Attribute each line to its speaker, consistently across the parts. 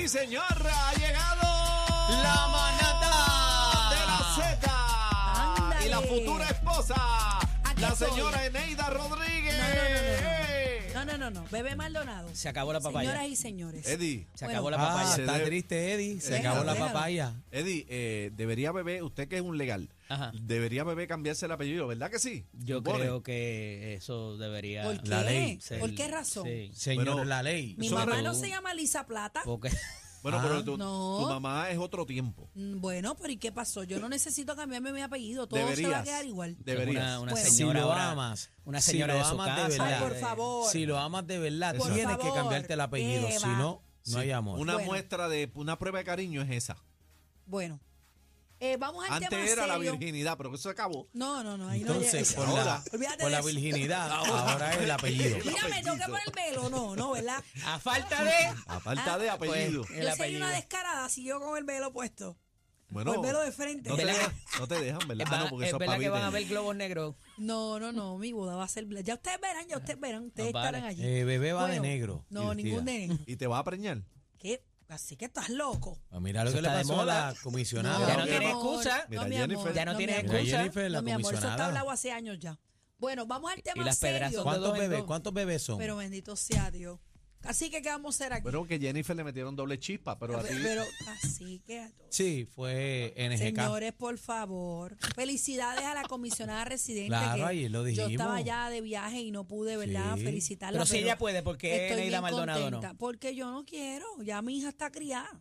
Speaker 1: sí señor, ha llegado
Speaker 2: La manada.
Speaker 1: de la Z
Speaker 3: Ándale.
Speaker 1: y la futura esposa,
Speaker 3: Aquí
Speaker 1: la
Speaker 3: estoy.
Speaker 1: señora Eneida Rodríguez.
Speaker 3: No, no, no, no, no.
Speaker 1: ¡Eh!
Speaker 3: No, no, no, no. Bebé Maldonado.
Speaker 2: Se acabó la papaya.
Speaker 3: Señoras y señores.
Speaker 1: Eddie,
Speaker 2: Se acabó
Speaker 3: Bueno.
Speaker 2: la
Speaker 4: Ah,
Speaker 2: papaya.
Speaker 1: se
Speaker 4: está
Speaker 1: debe-
Speaker 4: triste, Eddie. Se
Speaker 3: Déjalo,
Speaker 4: acabó la
Speaker 3: déjalo.
Speaker 4: papaya.
Speaker 1: Eddie, eh, debería bebé, usted que es un legal,
Speaker 2: Ajá.
Speaker 1: debería bebé cambiarse el apellido, ¿verdad que sí?
Speaker 2: Yo
Speaker 1: Supone.
Speaker 2: creo que eso debería.
Speaker 3: ¿Por qué?
Speaker 4: La ley,
Speaker 2: ser-
Speaker 3: ¿Por qué razón?
Speaker 2: Sí.
Speaker 4: Señor,
Speaker 1: Pero-
Speaker 4: la ley.
Speaker 3: Mi
Speaker 1: Eso
Speaker 3: mamá
Speaker 1: es-
Speaker 3: no se llama Lisa Plata.
Speaker 2: Porque
Speaker 1: Bueno,
Speaker 4: Ah.
Speaker 1: pero tu,
Speaker 3: No.
Speaker 1: tu mamá es otro tiempo.
Speaker 3: Mm, Bueno, pero ¿y qué pasó? Yo no necesito cambiarme mi apellido. Todo se va a
Speaker 1: Deberías.
Speaker 3: quedar igual.
Speaker 1: Deberías.
Speaker 2: Una, una
Speaker 3: Bueno.
Speaker 2: señora
Speaker 4: si lo
Speaker 2: ahora-
Speaker 4: amas,
Speaker 2: Una
Speaker 4: si
Speaker 2: señora
Speaker 4: lo
Speaker 2: de su
Speaker 4: amas de
Speaker 2: casa.
Speaker 3: Ay,
Speaker 4: verdad.
Speaker 3: por favor.
Speaker 4: Si lo amas de verdad,
Speaker 3: Por
Speaker 4: tienes
Speaker 3: favor,
Speaker 4: que cambiarte el apellido.
Speaker 3: Eva.
Speaker 4: Si no, no
Speaker 1: Sí.
Speaker 4: hay amor.
Speaker 1: Una
Speaker 3: Bueno.
Speaker 1: muestra de, una prueba de cariño es esa.
Speaker 3: Bueno, eh, vamos al
Speaker 1: Antes
Speaker 3: tema
Speaker 1: era la
Speaker 3: serio.
Speaker 1: virginidad, pero eso se acabó.
Speaker 3: No, no, no. Ahí
Speaker 4: Entonces,
Speaker 3: no
Speaker 4: por
Speaker 3: llega.
Speaker 4: la,
Speaker 3: Olvídate
Speaker 4: por
Speaker 3: de
Speaker 4: la
Speaker 3: eso.
Speaker 4: virginidad, ahora es el apellido.
Speaker 3: Mira, me toca por el velo. No, no, ¿verdad?
Speaker 2: A falta de.
Speaker 1: A
Speaker 3: Ah,
Speaker 1: falta de
Speaker 2: pues,
Speaker 1: apellido.
Speaker 2: El
Speaker 3: yo soy
Speaker 2: apellido.
Speaker 3: una descarada si yo con el velo puesto.
Speaker 1: bueno,
Speaker 3: por velo de frente.
Speaker 1: No te,
Speaker 2: ¿Verdad
Speaker 1: dejan, no te dejan, ¿verdad?
Speaker 2: Es
Speaker 1: Ah, no,
Speaker 2: va-
Speaker 1: porque
Speaker 2: es
Speaker 1: eso es
Speaker 2: verdad
Speaker 1: pa'
Speaker 2: que van a
Speaker 1: virgen.
Speaker 2: ver globos negros.
Speaker 3: No, no, no, mi boda va a ser blanca. Ya ustedes verán, ya ustedes verán, ustedes
Speaker 2: vale.
Speaker 3: estarán allí.
Speaker 4: Eh, bebé va de negro
Speaker 3: No,
Speaker 4: y
Speaker 3: ningún de
Speaker 4: vestida.
Speaker 3: negro.
Speaker 1: "Ah, ¿Y te va a preñar?
Speaker 3: ¿Qué? Así que estás loco.
Speaker 4: Ah, Mira lo
Speaker 2: Eso
Speaker 4: que le
Speaker 2: está de
Speaker 4: pasó a
Speaker 2: moda.
Speaker 4: la comisionada.
Speaker 2: Ya
Speaker 1: no
Speaker 3: mi
Speaker 1: tiene
Speaker 3: amor,
Speaker 2: excusa.
Speaker 1: Mira,
Speaker 3: mi
Speaker 1: Jennifer.
Speaker 3: amor,
Speaker 2: Ya no tiene
Speaker 3: mi amor.
Speaker 4: Mira,
Speaker 2: excusa.
Speaker 4: Jennifer, la
Speaker 3: No, mi amor, eso está hablado
Speaker 4: comisionada.
Speaker 3: hace años ya. Bueno, vamos al tema
Speaker 2: las pedras
Speaker 3: serio.
Speaker 2: son de
Speaker 4: ¿Cuántos
Speaker 2: dos en
Speaker 4: bebés?
Speaker 2: dos.
Speaker 4: ¿Cuántos bebés son?
Speaker 3: Pero bendito sea Dios. Así que, ¿qué vamos a hacer aquí?
Speaker 1: Bueno, que Jennifer le metieron doble chispa, pero a ti.
Speaker 3: Pero, así que...
Speaker 4: Sí, fue NGK.
Speaker 3: Señores, por favor, felicidades a la comisionada residente.
Speaker 4: Claro,
Speaker 3: que
Speaker 4: ayer lo
Speaker 3: Yo estaba
Speaker 4: dijimos.
Speaker 3: ya de viaje y no pude, ¿verdad?
Speaker 4: Sí.
Speaker 3: Felicitarla.
Speaker 2: Pero si ella puede, ¿por qué
Speaker 3: estoy
Speaker 2: Neida
Speaker 3: bien
Speaker 2: Maldonado no?
Speaker 3: contenta, Porque yo no quiero, ya mi hija está criada.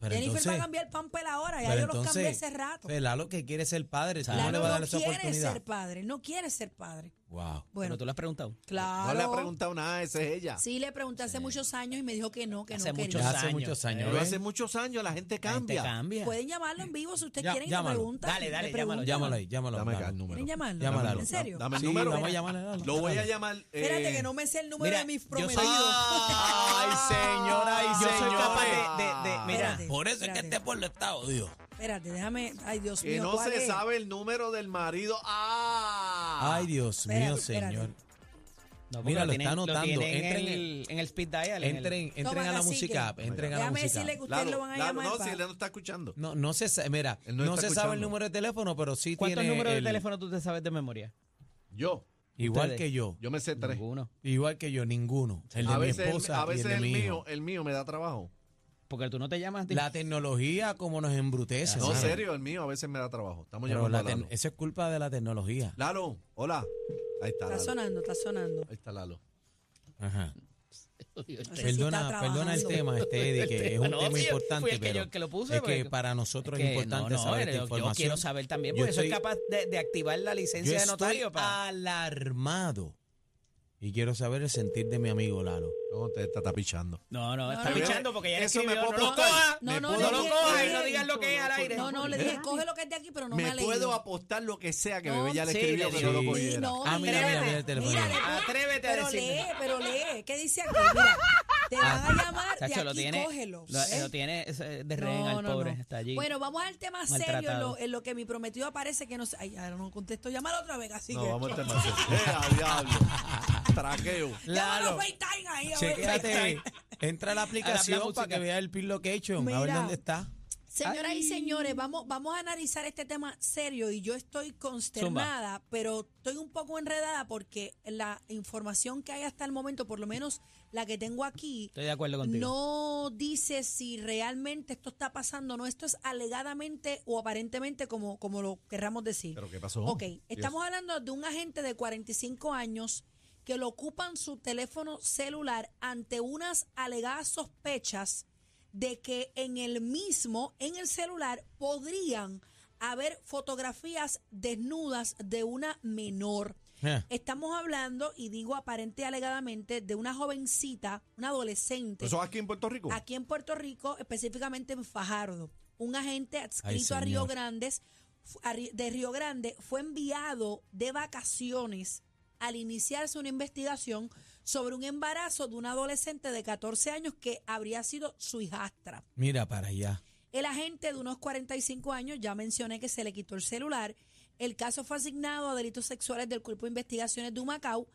Speaker 4: Pero
Speaker 3: Jennifer va a
Speaker 4: entonces-
Speaker 3: cambiar el pamper ahora, ya
Speaker 4: Pero
Speaker 3: yo los
Speaker 4: entonces,
Speaker 3: cambié hace rato.
Speaker 4: Lalo que quiere ser padre, ¿tú no
Speaker 3: Claro,
Speaker 4: le va a
Speaker 3: no,
Speaker 4: dar esa
Speaker 3: quiere
Speaker 4: oportunidad.
Speaker 3: ser padre, no quiere ser padre.
Speaker 4: Wow.
Speaker 3: Bueno,
Speaker 2: Pero tú lo has preguntado.
Speaker 3: claro.
Speaker 1: No le ha preguntado nada, esa es ella.
Speaker 3: Sí, le pregunté hace muchos años y me dijo que no, que
Speaker 2: Hace
Speaker 3: no quería.
Speaker 2: muchos
Speaker 4: Ya hace
Speaker 2: años.
Speaker 4: muchos años,
Speaker 1: Pero
Speaker 4: ¿ves?
Speaker 1: hace muchos años la gente
Speaker 2: La gente
Speaker 1: cambia.
Speaker 2: cambia.
Speaker 3: Pueden llamarlo en vivo si usted
Speaker 4: Ya,
Speaker 3: quiere y me
Speaker 4: llámalo.
Speaker 3: preguntan.
Speaker 2: Dale, dale,
Speaker 3: me preguntan.
Speaker 2: Llámalo,
Speaker 4: Llámalo ahí, llámalo.
Speaker 1: Dame acá
Speaker 4: Lalo.
Speaker 1: el número.
Speaker 3: ¿Quieren llamarlo?
Speaker 4: Llámalo.
Speaker 3: ¿En serio?
Speaker 1: Dame el
Speaker 4: Sí,
Speaker 1: número.
Speaker 4: vamos a llamarle, Lalo.
Speaker 1: Lo voy a
Speaker 4: Llámalo.
Speaker 1: llamar. eh,
Speaker 3: Espérate que no me sé el número
Speaker 2: Mira,
Speaker 3: de mis
Speaker 2: yo Ah. soy-
Speaker 3: prometidos.
Speaker 4: Ay, señora y
Speaker 2: Yo soy
Speaker 4: señores.
Speaker 2: capaz de- de- de- mira,
Speaker 3: Espérate,
Speaker 4: por eso es
Speaker 3: espérate.
Speaker 4: que este pueblo está odio.
Speaker 3: Espérate, déjame. Ay, Dios
Speaker 1: Que
Speaker 3: mío.
Speaker 1: no
Speaker 3: ¿cuál
Speaker 1: se
Speaker 3: es?
Speaker 1: sabe el número del marido. ¡Ah!
Speaker 4: Ay, Dios
Speaker 3: Espérate,
Speaker 4: mío,
Speaker 3: espérate.
Speaker 4: señor.
Speaker 2: No, porque
Speaker 4: Mira, lo
Speaker 2: tienen-
Speaker 4: está anotando.
Speaker 2: tienen
Speaker 4: Entren,
Speaker 2: en el, en el speed dial. en el-
Speaker 4: entren, entren
Speaker 3: Toma,
Speaker 4: a la
Speaker 3: cacique.
Speaker 4: música, app, entren a la
Speaker 3: Déjame
Speaker 4: música.
Speaker 3: decirle que ustedes
Speaker 1: Lalo,
Speaker 3: lo van a
Speaker 1: Lalo,
Speaker 3: llamar.
Speaker 1: no,
Speaker 3: pa-
Speaker 1: si él no está escuchando.
Speaker 4: No, no se sabe, mira,
Speaker 1: Él no
Speaker 4: no,
Speaker 1: está
Speaker 4: se sabe el
Speaker 1: escuchando.
Speaker 4: número de teléfono, pero sí
Speaker 2: ¿Cuántos
Speaker 4: tiene
Speaker 2: números de
Speaker 4: el-
Speaker 2: teléfono tú te sabes de memoria?
Speaker 1: Yo,
Speaker 4: Igual
Speaker 2: Ustedes.
Speaker 4: que yo,
Speaker 1: yo me sé tres.
Speaker 2: Ninguno.
Speaker 4: igual que yo, ninguno. El de
Speaker 1: A
Speaker 4: mi
Speaker 1: veces, el-
Speaker 4: esposa
Speaker 1: a
Speaker 4: y
Speaker 1: veces
Speaker 4: el de
Speaker 1: el
Speaker 4: mi hijo.
Speaker 1: mío, el mío me da trabajo.
Speaker 2: Porque tú no te llamas.
Speaker 4: La tecnología como nos embrutece.
Speaker 1: No,
Speaker 4: ¿sabes?
Speaker 1: serio, el mío a veces me da trabajo. Estamos
Speaker 4: Ah, Pero
Speaker 1: llamando
Speaker 4: la
Speaker 1: a Lalo.
Speaker 4: tec- eso es culpa de la tecnología.
Speaker 1: Lalo, hola. Ahí está.
Speaker 3: Está
Speaker 1: Lalo.
Speaker 3: sonando, está sonando.
Speaker 1: Ahí está Lalo.
Speaker 4: Ajá.
Speaker 3: No sé si
Speaker 4: Perdona,
Speaker 3: está
Speaker 4: perdona el
Speaker 3: trabajando.
Speaker 4: tema, este, Eddie, que es un
Speaker 2: No,
Speaker 4: tema
Speaker 2: sí, fui
Speaker 4: importante,
Speaker 2: el que
Speaker 4: pero
Speaker 2: yo- que lo puse,
Speaker 4: es
Speaker 2: porque-
Speaker 4: que para nosotros
Speaker 2: Que
Speaker 4: es importante
Speaker 2: no, no,
Speaker 4: saber esta
Speaker 2: yo-
Speaker 4: información.
Speaker 2: Yo quiero saber también,
Speaker 4: Yo
Speaker 2: porque soy
Speaker 4: estoy-
Speaker 2: capaz de, de activar la
Speaker 4: Yo
Speaker 2: licencia de
Speaker 4: estoy
Speaker 2: notario para...
Speaker 4: alarmado y quiero saber el sentir de mi amigo Lalo.
Speaker 1: No, te está tapichando.
Speaker 2: No, no, está
Speaker 3: no,
Speaker 2: luchando porque ya le
Speaker 1: Eso me
Speaker 2: escribió,
Speaker 1: puedo
Speaker 2: no lo
Speaker 1: apostar.
Speaker 2: coja,
Speaker 3: No,
Speaker 1: Me
Speaker 3: no,
Speaker 1: puedo-
Speaker 3: le
Speaker 2: no lo
Speaker 3: dije,
Speaker 2: cojas y
Speaker 3: "Coge".
Speaker 2: no digas lo que es al aire.
Speaker 3: No, no, le dije, coge lo que es de aquí, pero no me,
Speaker 1: me
Speaker 3: ha leído.
Speaker 1: puedo apostar lo que sea que
Speaker 3: No,
Speaker 1: Bebé ya le
Speaker 2: sí,
Speaker 1: escribió
Speaker 2: le
Speaker 1: que no lo
Speaker 4: digo.
Speaker 1: cogiera.
Speaker 3: No,
Speaker 4: Ah, mira,
Speaker 3: mira,
Speaker 4: mira, mira el teléfono.
Speaker 3: mira, le-
Speaker 2: Atrévete a
Speaker 3: pero
Speaker 2: decirme.
Speaker 3: lee, pero lee. ¿Qué dice aquí? Mira, te
Speaker 4: Ah,
Speaker 3: van a llamar,
Speaker 2: Chacho,
Speaker 3: Ah, de
Speaker 2: lo
Speaker 3: aquí
Speaker 2: tiene,
Speaker 3: cógelo.
Speaker 2: lo,
Speaker 3: ¿eh?
Speaker 2: lo tiene eh, de rehén
Speaker 3: No,
Speaker 2: al
Speaker 3: no,
Speaker 2: pobre,
Speaker 3: no.
Speaker 2: está allí.
Speaker 3: Bueno, vamos al tema serio, en lo,
Speaker 2: Maltratado.
Speaker 3: en lo que mi prometido aparece, que no sé. Ay, ahora no contesto, llamar otra vez, así
Speaker 1: No,
Speaker 3: que.
Speaker 1: vamos a estar más serios. Eh, a diablo. Traqueo.
Speaker 3: Llámalo
Speaker 4: Lalo,
Speaker 3: FaceTime ahí, a ver.
Speaker 4: chequéate, entra a la aplicación
Speaker 2: música.
Speaker 4: para que vea el pin location, a ver
Speaker 3: Mira.
Speaker 4: dónde está.
Speaker 3: Señoras y señores, vamos, vamos a analizar este tema serio y yo estoy consternada, pero estoy un poco enredada porque la información que hay hasta el momento, por lo menos la que tengo aquí,
Speaker 2: Estoy de acuerdo contigo.
Speaker 3: no dice si realmente esto está pasando o no. Esto es alegadamente o aparentemente, como, como lo querramos decir.
Speaker 1: ¿Pero qué pasó?
Speaker 3: Ok, estamos hablando de un agente de 45 años que le ocupan su teléfono celular ante unas alegadas sospechas de que en el mismo, en el celular, podrían haber fotografías desnudas de una menor.
Speaker 4: Eh.
Speaker 3: Estamos hablando, y digo aparente y alegadamente, de una jovencita, una adolescente,
Speaker 1: ¿Eso es aquí en Puerto Rico?
Speaker 3: aquí en Puerto Rico, específicamente en Fajardo. Un agente adscrito a
Speaker 4: señor.
Speaker 3: Río Grandes, fu- a Ri- de Río Grande fue enviado de vacaciones al iniciarse una investigación sobre un embarazo de una adolescente de 14 años que habría sido su hijastra.
Speaker 4: Mira para allá.
Speaker 3: El agente de unos 45 años, ya mencioné que se le quitó el celular. El caso fue asignado a delitos sexuales del Cuerpo de Investigaciones de Humacao.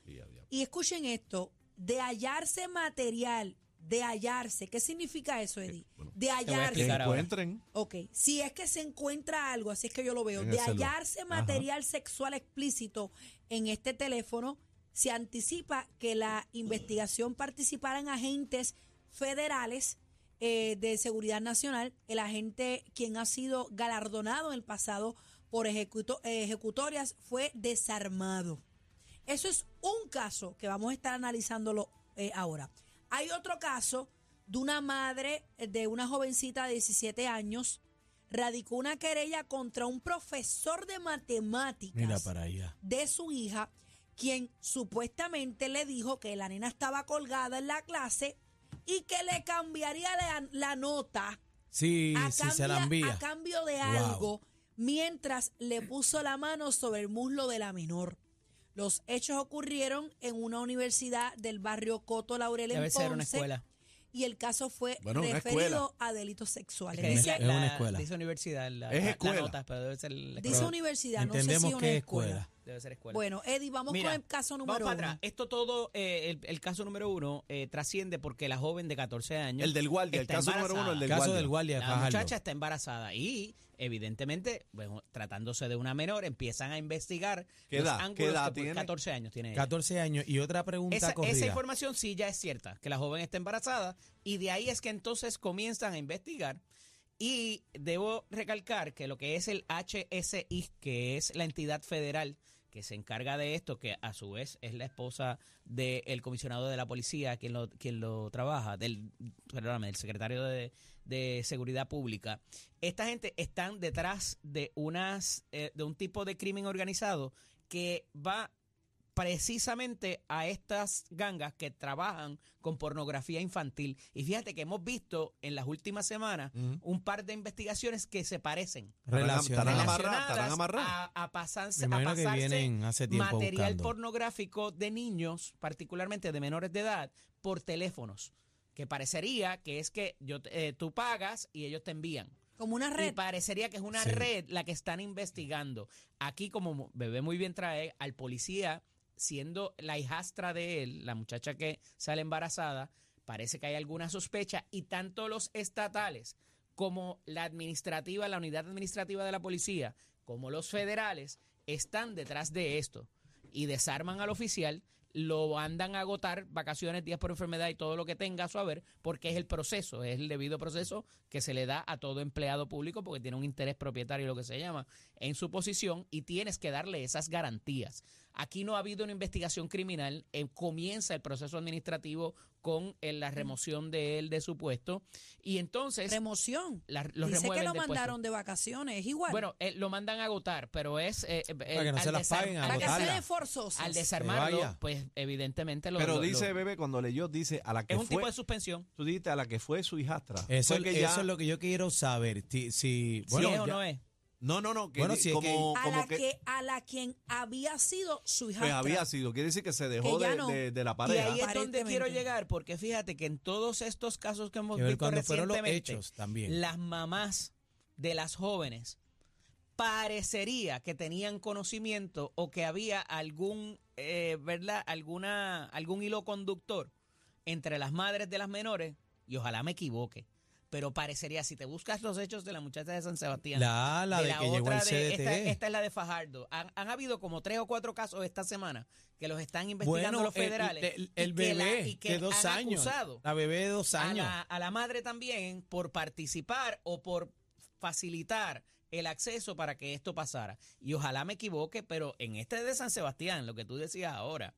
Speaker 3: Y escuchen esto, de hallarse material de hallarse. ¿Qué significa eso, Eddie? De
Speaker 2: voy a
Speaker 1: Que
Speaker 2: explicar.
Speaker 3: hallarse.
Speaker 2: ahora.
Speaker 1: encuentren.
Speaker 3: Ok, si es que se encuentra algo, así es que yo lo veo,
Speaker 1: En
Speaker 3: de
Speaker 1: el celular.
Speaker 3: hallarse
Speaker 1: Ajá.
Speaker 3: material sexual explícito en este teléfono, se anticipa que la investigación participarán agentes federales eh, de seguridad nacional, el agente quien ha sido galardonado en el pasado por ejecuto- eh, ejecutorias fue desarmado. Eso es un caso que vamos a estar analizándolo eh, ahora. Hay otro caso de una madre eh, de una jovencita de 17 años radicó una querella contra un profesor de matemáticas
Speaker 4: Mira para allá.
Speaker 3: de su hija, quien supuestamente le dijo que la nena estaba colgada en la clase y que le cambiaría la, la nota
Speaker 4: Sí,
Speaker 3: a,
Speaker 4: sí se la
Speaker 3: cambia-
Speaker 4: envía.
Speaker 3: a cambio de
Speaker 4: Wow.
Speaker 3: algo mientras le puso la mano sobre el muslo de la menor. Los hechos ocurrieron en una universidad del barrio Coto Laurel en
Speaker 2: Debe ser una
Speaker 3: Ponce,
Speaker 2: escuela.
Speaker 3: y el caso fue
Speaker 1: Bueno, una
Speaker 3: referido a delitos sexuales.
Speaker 4: Es
Speaker 3: Dice,
Speaker 4: una- una escuela.
Speaker 2: Dice universidad. La,
Speaker 1: Es
Speaker 2: la- la
Speaker 1: escuela.
Speaker 2: nota, pero debe ser la
Speaker 3: dice
Speaker 2: escuela.
Speaker 3: universidad, no sé si
Speaker 4: Entendemos
Speaker 3: una
Speaker 4: que es
Speaker 3: escuela.
Speaker 4: escuela.
Speaker 2: Debe ser escuela.
Speaker 3: Bueno, Eddie, vamos
Speaker 2: Mira,
Speaker 3: con el caso
Speaker 2: Vamos
Speaker 3: número
Speaker 2: para
Speaker 3: uno.
Speaker 2: atrás. Esto todo, eh, el, el caso número uno, eh, trasciende porque la joven de 14 años.
Speaker 1: El del guardia, el
Speaker 2: está
Speaker 1: caso número
Speaker 2: embarazada.
Speaker 1: uno, el del
Speaker 4: Caso
Speaker 1: guardia.
Speaker 4: del guardia de
Speaker 2: La
Speaker 4: Fajardo.
Speaker 2: muchacha está embarazada y, evidentemente, bueno, tratándose de una menor, empiezan a investigar.
Speaker 1: ¿Qué
Speaker 2: los
Speaker 1: edad? ¿Qué
Speaker 2: ángulos
Speaker 1: edad
Speaker 2: que por-
Speaker 1: tiene?
Speaker 2: 14 años tiene ella.
Speaker 4: 14 años. Y otra pregunta
Speaker 2: Esa,
Speaker 4: corrida.
Speaker 2: esa información sí ya es cierta, que la joven está embarazada y de ahí es que entonces comienzan a investigar. Y debo recalcar que lo que es el HSI, que es la entidad federal que se encarga de esto, que a su vez es la esposa del comisionado de la policía, quien lo, quien lo trabaja, del, perdóname, del secretario de, de Seguridad Pública. Esta gente están detrás de, unas, eh, de un tipo de crimen organizado que va precisamente a estas gangas que trabajan con pornografía infantil. Y fíjate que hemos visto en las últimas semanas
Speaker 1: Ujú.
Speaker 2: un par de investigaciones que se parecen.
Speaker 1: Estarán
Speaker 4: Relacionada.
Speaker 1: amarradas, estarán amarradas.
Speaker 2: a, a pasarse-
Speaker 4: Me
Speaker 2: a
Speaker 4: imagino que
Speaker 2: pasarse
Speaker 4: vienen hace tiempo
Speaker 2: material
Speaker 4: buscando.
Speaker 2: pornográfico de niños, particularmente de menores de edad, por teléfonos. Que parecería que es que yo, te- eh, tú pagas y ellos te envían.
Speaker 3: Como una
Speaker 2: Y
Speaker 3: red.
Speaker 2: parecería que es una
Speaker 4: Sí.
Speaker 2: red la que están investigando. Aquí, como mu- Bebé muy bien trae al policía, siendo la hijastra de él, la muchacha que sale embarazada, parece que hay alguna sospecha y tanto los estatales como la administrativa, la unidad administrativa de la policía, como los federales, están detrás de esto y desarman al oficial, lo andan a agotar, vacaciones, días por enfermedad y todo lo que tenga a su haber, porque es el proceso, es el debido proceso que se le da a todo empleado público porque tiene un interés propietario, lo que se llama, en su posición y tienes que darle esas garantías. Aquí no ha habido una investigación criminal, eh, comienza el proceso administrativo con eh, la remoción de él de su puesto y entonces
Speaker 3: Remoción.
Speaker 2: la- los
Speaker 3: Dice que
Speaker 2: remueven
Speaker 3: lo
Speaker 2: del puesto.
Speaker 3: mandaron de vacaciones, es igual.
Speaker 2: Bueno, eh, lo mandan a agotar, pero es... eh, eh,
Speaker 4: Para que no
Speaker 2: al
Speaker 4: se las
Speaker 2: desar-
Speaker 4: paguen, a
Speaker 2: al desar-
Speaker 4: agotarla.
Speaker 3: vacaciones forzosas.
Speaker 2: al desarmarlo,
Speaker 4: vaya.
Speaker 2: pues evidentemente lo
Speaker 1: Pero
Speaker 2: lo- lo-
Speaker 1: dice Bebé, cuando leyó, dice a la que
Speaker 2: es un
Speaker 1: fue.
Speaker 2: tipo de suspensión.
Speaker 1: Tú dijiste a la que fue su hijastra.
Speaker 4: Eso,
Speaker 1: Fue que
Speaker 4: eso
Speaker 1: ya-
Speaker 4: es lo que yo quiero saber. Si, si-
Speaker 2: Bueno,
Speaker 4: bueno,
Speaker 2: o
Speaker 4: ya-
Speaker 2: no es?
Speaker 1: No, no, no. Que
Speaker 4: Bueno,
Speaker 1: di-
Speaker 4: si es
Speaker 1: como,
Speaker 4: que-
Speaker 3: a
Speaker 1: como
Speaker 3: la
Speaker 1: que,
Speaker 3: que, a la quien había sido su hija.
Speaker 1: pues, había sido. Quiere decir que se dejó
Speaker 3: ya
Speaker 1: de,
Speaker 3: no.
Speaker 1: de- de la
Speaker 2: Y
Speaker 1: pareja.
Speaker 2: ahí es donde
Speaker 3: Aparentemente.
Speaker 2: quiero llegar, porque fíjate que en todos estos casos que hemos
Speaker 4: que ver
Speaker 2: visto
Speaker 4: cuando fueron los
Speaker 2: recientemente,
Speaker 4: hechos también.
Speaker 2: las mamás de las jóvenes parecería que tenían conocimiento o que había algún, eh, ¿verdad? Alguna, algún hilo conductor entre las madres de las menores, y ojalá me equivoque, pero parecería, si te buscas los hechos de la muchacha de San Sebastián,
Speaker 4: La ala de, que llegó al
Speaker 2: de-
Speaker 4: CDT.
Speaker 2: esta, esta es la de Fajardo. Han, han habido como tres o cuatro casos esta semana que los están investigando
Speaker 4: bueno,
Speaker 2: los
Speaker 4: el-
Speaker 2: federales.
Speaker 4: el, el
Speaker 2: y que la-
Speaker 4: bebé
Speaker 2: y que
Speaker 4: de dos
Speaker 2: han
Speaker 4: años.
Speaker 2: acusado
Speaker 4: La bebé de dos
Speaker 2: a
Speaker 4: años.
Speaker 2: la, a la madre también por participar o por facilitar el acceso para que esto pasara. Y ojalá me equivoque, pero en este de San Sebastián, lo que tú decías ahora,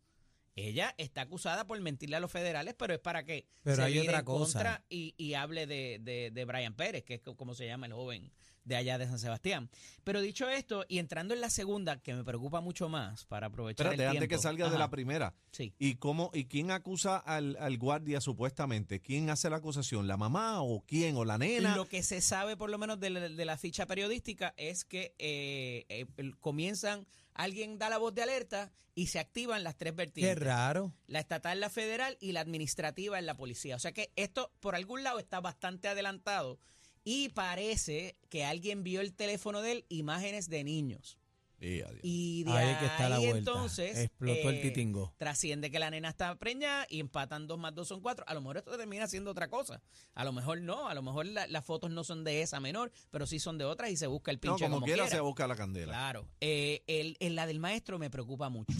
Speaker 2: ella está acusada por mentirle a los federales, pero es para que
Speaker 4: Pero hay
Speaker 2: vire
Speaker 4: otra
Speaker 2: en
Speaker 4: cosa.
Speaker 2: contra y, y hable de, de, de Brian Pérez, que es co- como se llama el joven de allá de San Sebastián. Pero dicho esto, y entrando en la segunda, que me preocupa mucho más, para aprovechar
Speaker 1: Espérate,
Speaker 2: el
Speaker 1: antes que
Speaker 2: tiempo.
Speaker 1: salga de
Speaker 2: Ajá,
Speaker 1: la primera.
Speaker 2: sí.
Speaker 1: ¿Y cómo y quién acusa al, al guardia supuestamente? ¿Quién hace la acusación? ¿La mamá o quién o la nena?
Speaker 2: Lo que se sabe, por lo menos, de la, de la ficha periodística es que eh, eh, el- comienzan, alguien da la voz de alerta y se activan las tres
Speaker 4: Qué
Speaker 2: vertientes.
Speaker 4: raro.
Speaker 2: la estatal, la federal y la administrativa en la policía. O sea que esto, por algún lado, está bastante adelantado y parece que alguien vio el teléfono de él, imágenes de niños.
Speaker 1: Y Eh, adiós.
Speaker 2: Y de
Speaker 4: ahí
Speaker 2: ahí,
Speaker 4: es que está la vuelta.
Speaker 2: entonces
Speaker 4: Explotó el
Speaker 2: eh,
Speaker 4: titingo.
Speaker 2: trasciende que la nena está preñada y empatan dos más dos son cuatro. A lo mejor esto termina siendo otra cosa. A lo mejor no, a lo mejor la- las fotos no son de esa menor, pero sí son de otras y se busca el
Speaker 1: No,
Speaker 2: pinche
Speaker 1: como, quiera, se
Speaker 2: quiera.
Speaker 1: busca la candela.
Speaker 2: Claro. Eh, el, el- la del maestro me preocupa mucho.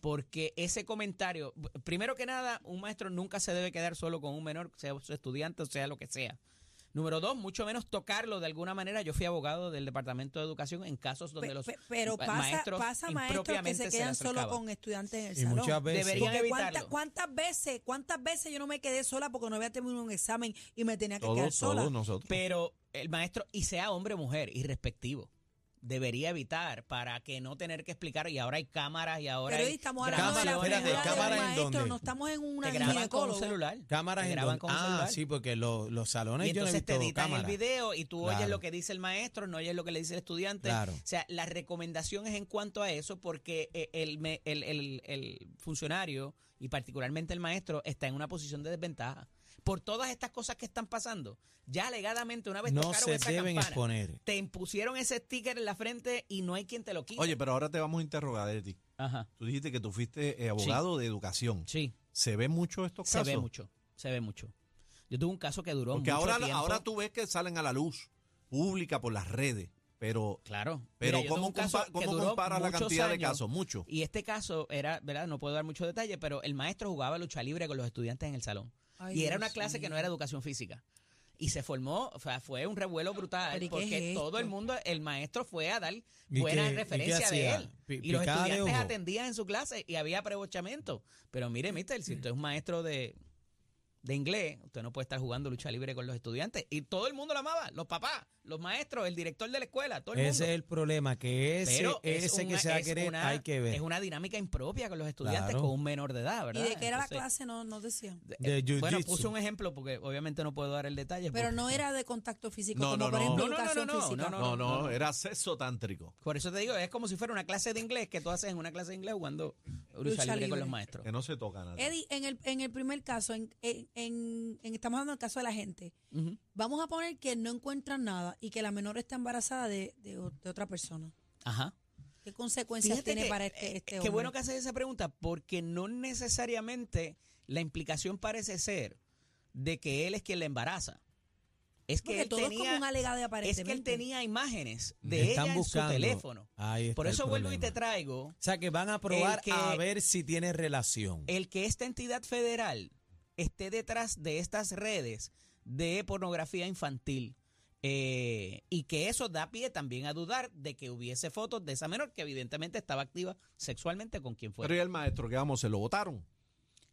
Speaker 2: Porque ese comentario, b- primero que nada, un maestro nunca se debe quedar solo con un menor, sea su estudiante o sea lo que sea. Número dos, mucho menos tocarlo de alguna manera. Yo fui abogado del Departamento de Educación en casos donde
Speaker 3: Pe-
Speaker 2: los
Speaker 3: pe- pero
Speaker 2: pa-
Speaker 3: pasa
Speaker 2: maestros
Speaker 3: maestros, pasa maestros que
Speaker 2: impropiamente
Speaker 3: se
Speaker 2: se
Speaker 3: quedan
Speaker 2: le
Speaker 3: solo
Speaker 2: acercaban.
Speaker 3: con estudiantes en el
Speaker 4: Y
Speaker 3: salón.
Speaker 4: muchas veces.
Speaker 2: Deberían
Speaker 3: Porque cuánta-
Speaker 2: evitarlo.
Speaker 3: ¿Cuántas veces cuántas veces yo no me quedé sola porque no había terminado un examen y me tenía que
Speaker 1: Todos,
Speaker 3: quedar
Speaker 1: todos
Speaker 3: sola?
Speaker 1: nosotros.
Speaker 2: Pero el maestro, y sea hombre o mujer, y respectivo, debería evitar para que no tener que explicar. Y ahora hay cámaras y ahora
Speaker 3: Pero hoy
Speaker 2: hay
Speaker 3: estamos hablando de la
Speaker 2: grabaciones.
Speaker 4: espérate,
Speaker 3: figura
Speaker 4: cámara
Speaker 3: del
Speaker 4: en
Speaker 3: maestro,
Speaker 4: dónde?
Speaker 3: no estamos en una
Speaker 2: Te graban con un
Speaker 3: ginecóloga.
Speaker 2: celular.
Speaker 4: Cámaras
Speaker 2: Te
Speaker 4: en
Speaker 2: graban
Speaker 4: donde-
Speaker 2: con un
Speaker 4: Ah,
Speaker 2: celular.
Speaker 4: sí, porque los- los salones
Speaker 2: Y
Speaker 4: yo no he
Speaker 2: entonces te
Speaker 4: visto
Speaker 2: editan
Speaker 4: cámaras.
Speaker 2: el video y tú oyes
Speaker 4: Claro.
Speaker 2: lo que dice el maestro, no oyes lo que le dice el estudiante.
Speaker 4: Claro.
Speaker 2: O sea, la recomendación es en cuanto a eso porque eh, el, me- el- el- el funcionario y particularmente el maestro está en una posición de desventaja. Por todas estas cosas que están pasando, ya alegadamente una vez
Speaker 4: No
Speaker 2: tocaron
Speaker 4: se
Speaker 2: esa
Speaker 4: deben
Speaker 2: campana,
Speaker 4: exponer.
Speaker 2: te impusieron ese sticker en la frente y no hay quien te lo quite.
Speaker 1: Oye, pero ahora te vamos a interrogar, Eti.
Speaker 2: Ajá.
Speaker 1: Tú dijiste que tú fuiste eh, abogado de educación.
Speaker 2: Sí,
Speaker 1: ¿Se ven mucho estos
Speaker 2: se
Speaker 1: casos?
Speaker 2: ve mucho, se ve mucho. Yo tuve un caso que duró
Speaker 1: Porque
Speaker 2: mucho
Speaker 1: ahora,
Speaker 2: tiempo.
Speaker 1: ahora tú ves que salen a la luz pública por las redes, pero,
Speaker 2: Claro.
Speaker 1: pero
Speaker 2: Mira, yo
Speaker 1: ¿cómo,
Speaker 2: tuve un caso
Speaker 1: compa-
Speaker 2: que
Speaker 1: cómo
Speaker 2: duró
Speaker 1: comparas la
Speaker 2: muchos
Speaker 1: cantidad de
Speaker 2: años.
Speaker 1: casos? Mucho.
Speaker 2: Y este caso era, ¿verdad? No puedo dar mucho detalle, pero el maestro jugaba lucha libre con los estudiantes en el salón.
Speaker 3: Ay,
Speaker 2: y era una
Speaker 3: Dios
Speaker 2: clase que
Speaker 3: mío.
Speaker 2: no era educación física. Y se formó, o sea, fue un revuelo brutal,
Speaker 3: Pero, ¿y qué
Speaker 2: porque
Speaker 3: es
Speaker 2: todo el
Speaker 3: esto?
Speaker 2: mundo, el maestro fue a dar
Speaker 4: ¿Y
Speaker 2: buena
Speaker 4: qué- y qué
Speaker 2: referencia de
Speaker 4: hacía?
Speaker 2: él.
Speaker 4: Pi-
Speaker 2: y los
Speaker 4: picada de
Speaker 2: estudiantes
Speaker 4: ojo.
Speaker 2: atendían en su clase y había prebochamiento. Pero mire, mister, si usted es un maestro de, de inglés, usted no puede estar jugando lucha libre con los estudiantes. Y todo el mundo lo amaba, los papás, los maestros, el director de la escuela, todo el mundo.
Speaker 4: Ese es el problema, que ese,
Speaker 2: Pero es
Speaker 4: ese que
Speaker 2: una-
Speaker 4: se va a
Speaker 2: es
Speaker 4: querer
Speaker 2: una-
Speaker 4: hay que ver.
Speaker 2: Es una dinámica impropia con los estudiantes
Speaker 4: Claro.
Speaker 2: con un menor de edad, ¿verdad?
Speaker 3: ¿Y de qué era la
Speaker 2: Entonces,
Speaker 3: clase? No, no decían.
Speaker 4: De
Speaker 2: eh, bueno,
Speaker 4: jiu-jitsu.
Speaker 2: puse un ejemplo porque obviamente no puedo dar el detalle.
Speaker 3: Pero
Speaker 2: porque-
Speaker 3: no era de contacto físico,
Speaker 1: No,
Speaker 3: como
Speaker 1: no,
Speaker 3: por
Speaker 1: no.
Speaker 3: ejemplo
Speaker 2: No, no, no,
Speaker 3: educación
Speaker 2: no, no,
Speaker 1: No,
Speaker 3: física.
Speaker 1: no,
Speaker 2: no, no.
Speaker 1: era sexo tántrico.
Speaker 2: Por eso te digo, es como si fuera una clase de inglés que tú haces en una clase de inglés jugando
Speaker 3: Lucha
Speaker 2: lucha libre
Speaker 3: libre.
Speaker 2: con los maestros.
Speaker 1: Que no se toca nada.
Speaker 3: Eddie, en el, en el primer caso, en, en- en- en- estamos hablando del caso de la gente.
Speaker 2: Ujú.
Speaker 3: Vamos a poner que no encuentran nada y que la menor está embarazada de, de o- de otra persona.
Speaker 2: Ajá.
Speaker 3: ¿Qué consecuencias
Speaker 2: Fíjate
Speaker 3: tiene
Speaker 2: que,
Speaker 3: para
Speaker 2: eh,
Speaker 3: este, este
Speaker 2: qué
Speaker 3: hombre?
Speaker 2: bueno que haces esa pregunta, porque no necesariamente la implicación parece ser de que él es quien la embaraza. Es que
Speaker 3: Porque
Speaker 2: él
Speaker 3: todo es
Speaker 2: tenía,
Speaker 3: como un alegado de
Speaker 2: es que
Speaker 3: aparentemente.
Speaker 2: él tenía imágenes
Speaker 4: Le
Speaker 2: de ella
Speaker 4: están
Speaker 2: en su
Speaker 4: buscando.
Speaker 2: teléfono.
Speaker 4: Ahí está
Speaker 2: Por
Speaker 4: el
Speaker 2: eso vuelvo y te
Speaker 4: problema.
Speaker 2: traigo
Speaker 4: O sea, que van a probar
Speaker 2: El que-
Speaker 4: a ver si tiene relación.
Speaker 2: el que esta entidad federal esté detrás de estas redes de pornografía infantil. eh, y que eso da pie también a dudar de que hubiese fotos de esa menor que evidentemente estaba activa sexualmente con quien fuera.
Speaker 1: Pero y el maestro, que vamos, se lo votaron.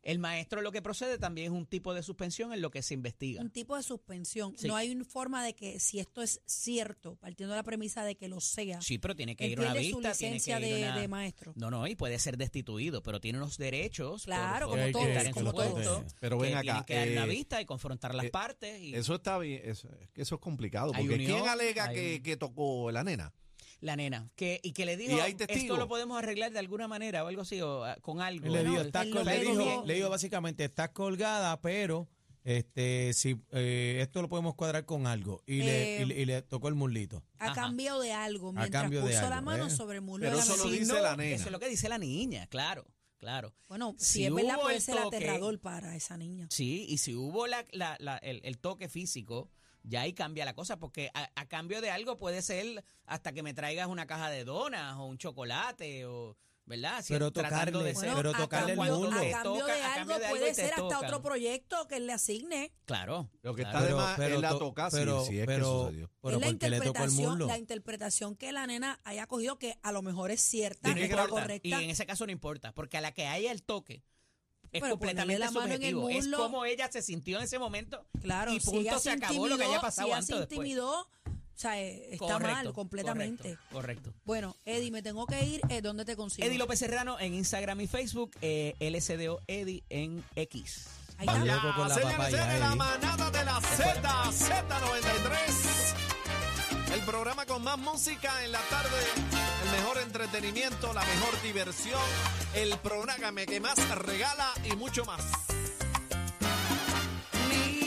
Speaker 2: El maestro lo que procede también es un tipo de suspensión en lo que se investiga.
Speaker 3: un tipo de suspensión.
Speaker 2: Sí.
Speaker 3: No hay una forma de que, si esto es cierto, partiendo de la premisa de que lo sea,
Speaker 2: Sí, pero tiene que
Speaker 3: él
Speaker 2: ir a una
Speaker 3: pierde su
Speaker 2: vista, tiene que ir
Speaker 3: licencia de,
Speaker 2: a una-
Speaker 3: de maestro.
Speaker 2: No, no, y puede ser destituido, pero tiene unos derechos. por-
Speaker 3: Claro,
Speaker 2: por
Speaker 3: como
Speaker 2: estar
Speaker 3: todos,
Speaker 2: en
Speaker 3: como
Speaker 2: su puesto,
Speaker 3: todos.
Speaker 1: Pero
Speaker 2: que
Speaker 1: ven
Speaker 2: tienen
Speaker 1: acá.
Speaker 2: que dar una
Speaker 1: eh,
Speaker 2: vista y confrontar las
Speaker 1: eh,
Speaker 2: partes. y-
Speaker 1: Eso está bien, eso, es que eso es complicado.
Speaker 2: Hay
Speaker 1: Porque
Speaker 2: unión,
Speaker 1: ¿quién alega
Speaker 2: hay
Speaker 1: que,
Speaker 2: un-
Speaker 1: que tocó la nena?
Speaker 2: la nena que y que le dijo
Speaker 1: ¿Y hay
Speaker 2: esto
Speaker 1: testigos?
Speaker 2: lo podemos arreglar de alguna manera o algo así o ah, con algo
Speaker 4: Él le,
Speaker 2: ¿no?
Speaker 4: dijo,
Speaker 3: él
Speaker 4: "Estás
Speaker 3: lo
Speaker 4: col-
Speaker 3: que
Speaker 4: le
Speaker 3: dijo-
Speaker 4: dijo- le dijo básicamente, estás colgada, pero este si eh, esto lo podemos cuadrar con algo. Y, le,
Speaker 3: Eh,
Speaker 4: y le- y le tocó el muslito.
Speaker 3: A
Speaker 2: Ajá.
Speaker 3: cambio de algo, mientras
Speaker 4: cambio
Speaker 3: puso
Speaker 4: de
Speaker 3: la
Speaker 4: algo,
Speaker 3: mano
Speaker 4: ¿eh?
Speaker 3: sobre el muslo
Speaker 1: Pero
Speaker 3: de la
Speaker 1: eso lo
Speaker 3: menor.
Speaker 1: dice la nena.
Speaker 2: eso es lo que dice la niña claro claro
Speaker 3: Bueno, si,
Speaker 2: Si
Speaker 3: es verdad,
Speaker 2: hubo
Speaker 3: puede
Speaker 2: el
Speaker 3: ser
Speaker 2: toque-
Speaker 3: aterrador para esa niña.
Speaker 2: sí y si hubo la, la- la- el, el toque físico ya ahí cambia la cosa porque a, a cambio de algo puede ser hasta que me traigas una caja de donas o un chocolate o verdad Si-
Speaker 4: Pero
Speaker 2: tratando de
Speaker 4: tocarle,
Speaker 2: ser-
Speaker 4: pero
Speaker 3: a
Speaker 4: tocarle el
Speaker 3: cambio-
Speaker 4: muslo.
Speaker 3: A
Speaker 2: Te
Speaker 3: cambio
Speaker 2: toca,
Speaker 3: de
Speaker 2: a
Speaker 3: algo
Speaker 2: cambio de algo y
Speaker 3: puede
Speaker 2: te
Speaker 3: ser hasta
Speaker 2: tocan.
Speaker 3: otro proyecto que él le asigne.
Speaker 2: claro
Speaker 1: Lo que
Speaker 2: claro.
Speaker 1: está de más es la
Speaker 4: to-
Speaker 1: toca, si- si es que sucedió.
Speaker 4: pero
Speaker 3: es la
Speaker 4: porque le tocó el
Speaker 3: interpretación,
Speaker 4: muslo.
Speaker 3: la interpretación que la nena haya cogido que a lo mejor es cierta,
Speaker 1: ¿De
Speaker 2: No
Speaker 1: qué
Speaker 3: es
Speaker 1: grado?
Speaker 2: importa.
Speaker 3: correcta.
Speaker 2: Y en ese caso no importa, porque a la que haya el toque es
Speaker 3: Pero ponerle
Speaker 2: completamente
Speaker 3: la mano en el
Speaker 2: subjetivo. Es
Speaker 3: muslo.
Speaker 2: como ella se sintió en ese momento.
Speaker 3: Claro,
Speaker 2: y
Speaker 3: si
Speaker 2: punto,
Speaker 3: ella
Speaker 2: se acabó lo que haya
Speaker 3: intimidó,
Speaker 2: pasado
Speaker 3: si ella
Speaker 2: antes
Speaker 3: se
Speaker 2: o después.
Speaker 3: intimidó, o sea, eh, está mal
Speaker 2: Correcto,
Speaker 3: completamente.
Speaker 2: Correcto. correcto.
Speaker 3: Bueno, Eddie, me tengo que ir. Eh, ¿Dónde te consigo?
Speaker 2: Eddie López Serrano en Instagram y Facebook, eh, LSDO Eddie en X.
Speaker 3: Ahí
Speaker 4: Vaya.
Speaker 3: está.
Speaker 4: loco con la
Speaker 1: señores,
Speaker 4: papaya,
Speaker 1: señores, la
Speaker 4: Eddie.
Speaker 1: manada de la Z, Z93. El programa con más música en la tarde, el mejor entretenimiento, la mejor diversión, el programa que más regala y mucho más.